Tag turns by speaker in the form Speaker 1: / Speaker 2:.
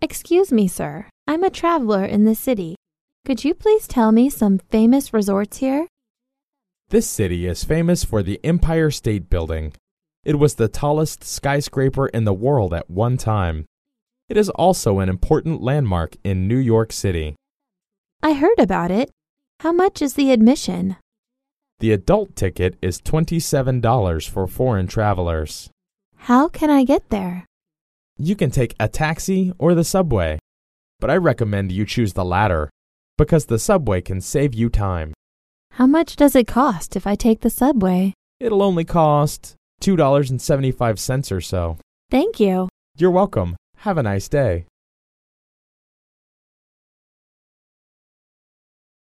Speaker 1: Excuse me, sir. I'm a traveler in this city. Could you please tell me some famous resorts here?
Speaker 2: This city is famous for the Empire State Building. It was the tallest skyscraper in the world at one time. It is also an important landmark in New York City.
Speaker 1: I heard about it. How much is the admission?
Speaker 2: The adult ticket is $27 for foreign travelers.
Speaker 1: How can I get there?
Speaker 2: You can take a taxi or the subway, but I recommend you choose the latter because the subway can save you time.
Speaker 1: How much does it cost if I take the subway?
Speaker 2: It'll only cost $2.75 or so.
Speaker 1: Thank you.
Speaker 2: You're welcome. Have a nice day.